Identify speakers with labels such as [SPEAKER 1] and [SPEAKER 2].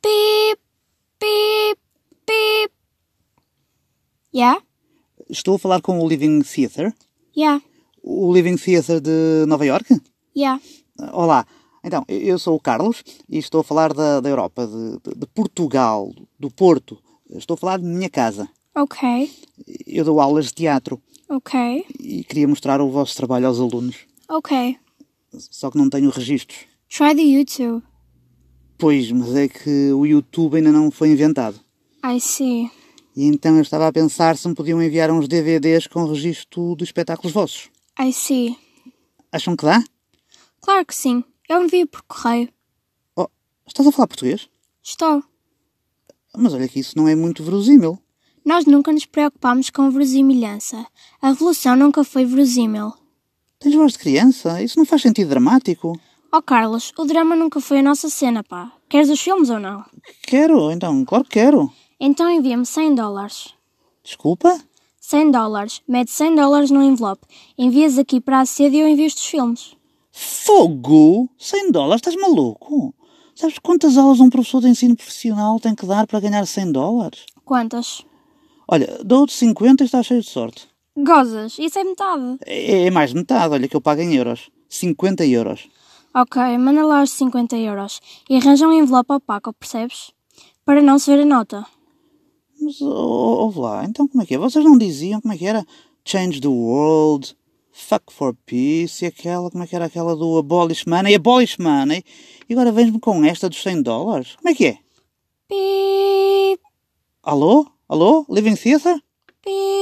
[SPEAKER 1] Pip, pip, pip. Yeah?
[SPEAKER 2] Estou a falar com o Living Theatre.
[SPEAKER 1] Yeah,
[SPEAKER 2] O Living Theatre de Nova York?
[SPEAKER 1] yeah.
[SPEAKER 2] Olá. Então, eu sou o Carlos e estou a falar da, da Europa, de, de- de Portugal, do Porto. Estou a falar de minha casa.
[SPEAKER 1] Okay,
[SPEAKER 2] Eu dou aulas de teatro
[SPEAKER 1] okay,
[SPEAKER 2] e queria mostrar o vosso trabalho aos alunos,
[SPEAKER 1] okay.
[SPEAKER 2] só que não tenho registros.
[SPEAKER 1] Try the YouTube.
[SPEAKER 2] Pois, mas é que o YouTube ainda não foi inventado.
[SPEAKER 1] I see.
[SPEAKER 2] E então eu estava a pensar se me podiam enviar uns DVDs com registro dos espetáculos vossos.
[SPEAKER 1] I see.
[SPEAKER 2] Acham que dá?
[SPEAKER 1] Claro que sim. É um Eu envio por correio.
[SPEAKER 2] Oh, estás a falar português?
[SPEAKER 1] Estou.
[SPEAKER 2] Mas olha que isso não é muito verosímil.
[SPEAKER 1] Nós nunca nos preocupámos com verosimilhança. A revolução nunca foi verosímil.
[SPEAKER 2] Tens voz de criança? Isso não faz sentido dramático.
[SPEAKER 1] Oh, Carlos, o drama nunca foi a nossa cena, pá. Queres os filmes ou não?
[SPEAKER 2] Quero, então, claro que quero.
[SPEAKER 1] Então envia-me 100 dólares.
[SPEAKER 2] Desculpa?
[SPEAKER 1] 100 dólares. Mete 100 dólares no envelope. Envias aqui para a sede e eu envio os filmes.
[SPEAKER 2] Fogo? 100 dólares? Estás maluco? Sabes quantas aulas um professor de ensino profissional tem que dar para ganhar 100 dólares?
[SPEAKER 1] Quantas?
[SPEAKER 2] Olha, dou-te 50 e estás cheio de sorte.
[SPEAKER 1] Gozas. Isso é metade.
[SPEAKER 2] É, é mais de metade, olha que eu pago em euros. 50 euros.
[SPEAKER 1] Ok, manda lá os 50 euros e arranja um envelope opaco, percebes? Para não se ver a nota.
[SPEAKER 2] Mas, ou- ouve lá, então como é que é? Vocês não diziam como é que era? Change the world, fuck for peace, e aquela, como é que era aquela do abolish money, abolish money, e agora vens-me com esta dos 100 dólares? Como é que é?
[SPEAKER 1] Pip,
[SPEAKER 2] Alô? Alô? Living Theatre?
[SPEAKER 1] pip.